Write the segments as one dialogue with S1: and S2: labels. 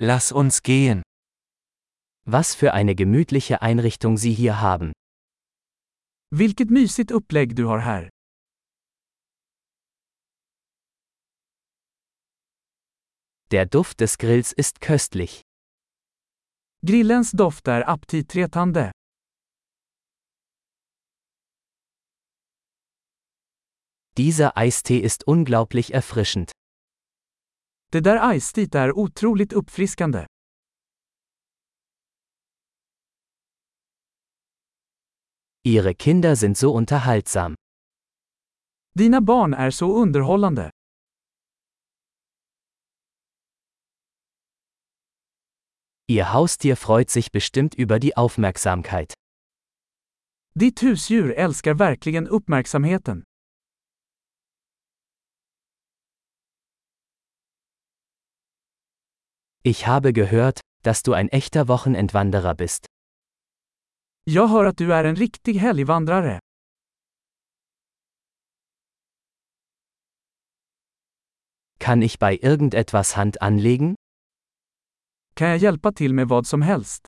S1: Lass uns gehen.
S2: Was für eine gemütliche Einrichtung Sie hier haben.
S3: Vilket mysigt upplägg du har här.
S2: Der Duft des Grills ist köstlich.
S3: Grillens doft är aptitretande.
S2: Dieser Eistee ist unglaublich erfrischend.
S3: Det där iceteet är otroligt uppfriskande.
S2: Ihre Kinder sind so unterhaltsam.
S3: Dina barn är så underhållande.
S2: Ihr Haustier freut sich bestimmt über die Aufmerksamkeit.
S3: Ditt husdjur älskar verkligen uppmärksamheten.
S2: Ich habe gehört, dass du ein echter Wochenendwanderer bist.
S3: Jag hör att du är en riktig helgvandrare.
S2: Kann ich bei irgendetwas Hand anlegen?
S3: Kan jag hjälpa till med vad som helst?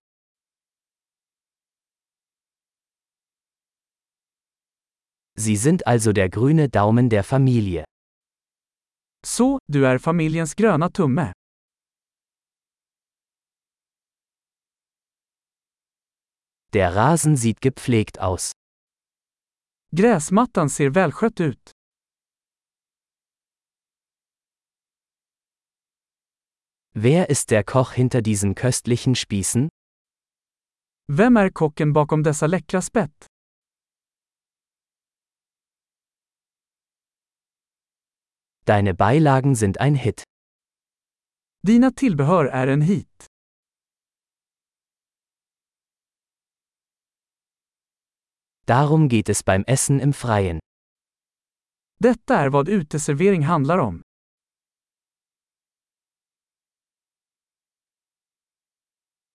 S2: Sie sind also der grüne Daumen der Familie.
S3: Så, du är familjens gröna tumme.
S2: Der Rasen sieht gepflegt aus.
S3: Gräsmattan ser välskött ut.
S2: Wer ist der Koch hinter diesen köstlichen Spießen?
S3: Vem är kocken bakom dessa läckra spett?
S2: Deine Beilagen sind ein Hit.
S3: Dina tillbehör är en hit.
S2: Darum geht es beim Essen im Freien.
S3: Detta är vad uteservering handlar om.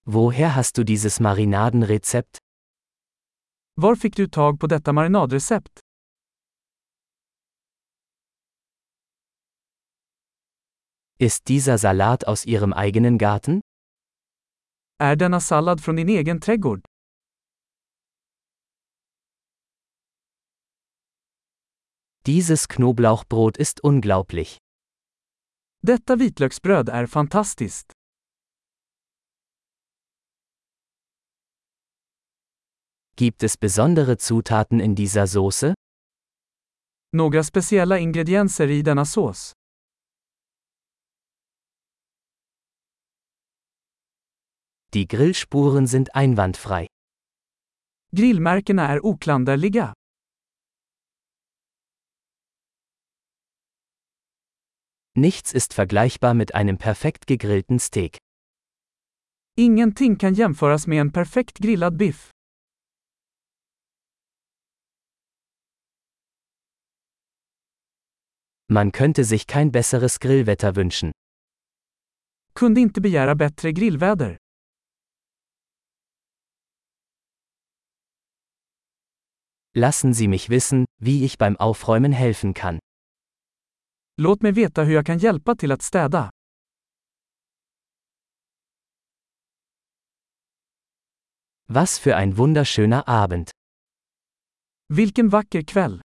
S2: Woher hast du dieses Marinadenrezept?
S3: Var fick du tag på detta marinadrecept?
S2: Ist dieser Salat aus Ihrem eigenen Garten?
S3: Är denna sallad från din egen trädgård?
S2: Dieses Knoblauchbrot ist unglaublich.
S3: Detta vitlöksbröd är fantastiskt.
S2: Gibt es besondere Zutaten in dieser Soße?
S3: Några speciella ingredienser i denna sås.
S2: Die Grillspuren sind einwandfrei.
S3: Grillmärkena är oklanderliga.
S2: Nichts ist vergleichbar mit einem perfekt gegrillten Steak.
S3: Ingenting kan jämföras med en perfekt grillad biff.
S2: Man könnte sich kein besseres Grillwetter wünschen.
S3: Kunde inte begära bättre grillväder.
S2: Lassen Sie mich wissen, wie ich beim Aufräumen helfen kann.
S3: Låt mig veta hur jag kan hjälpa till att städa.
S2: Was für ein wunderschöner Abend.
S3: Vilken vacker kväll!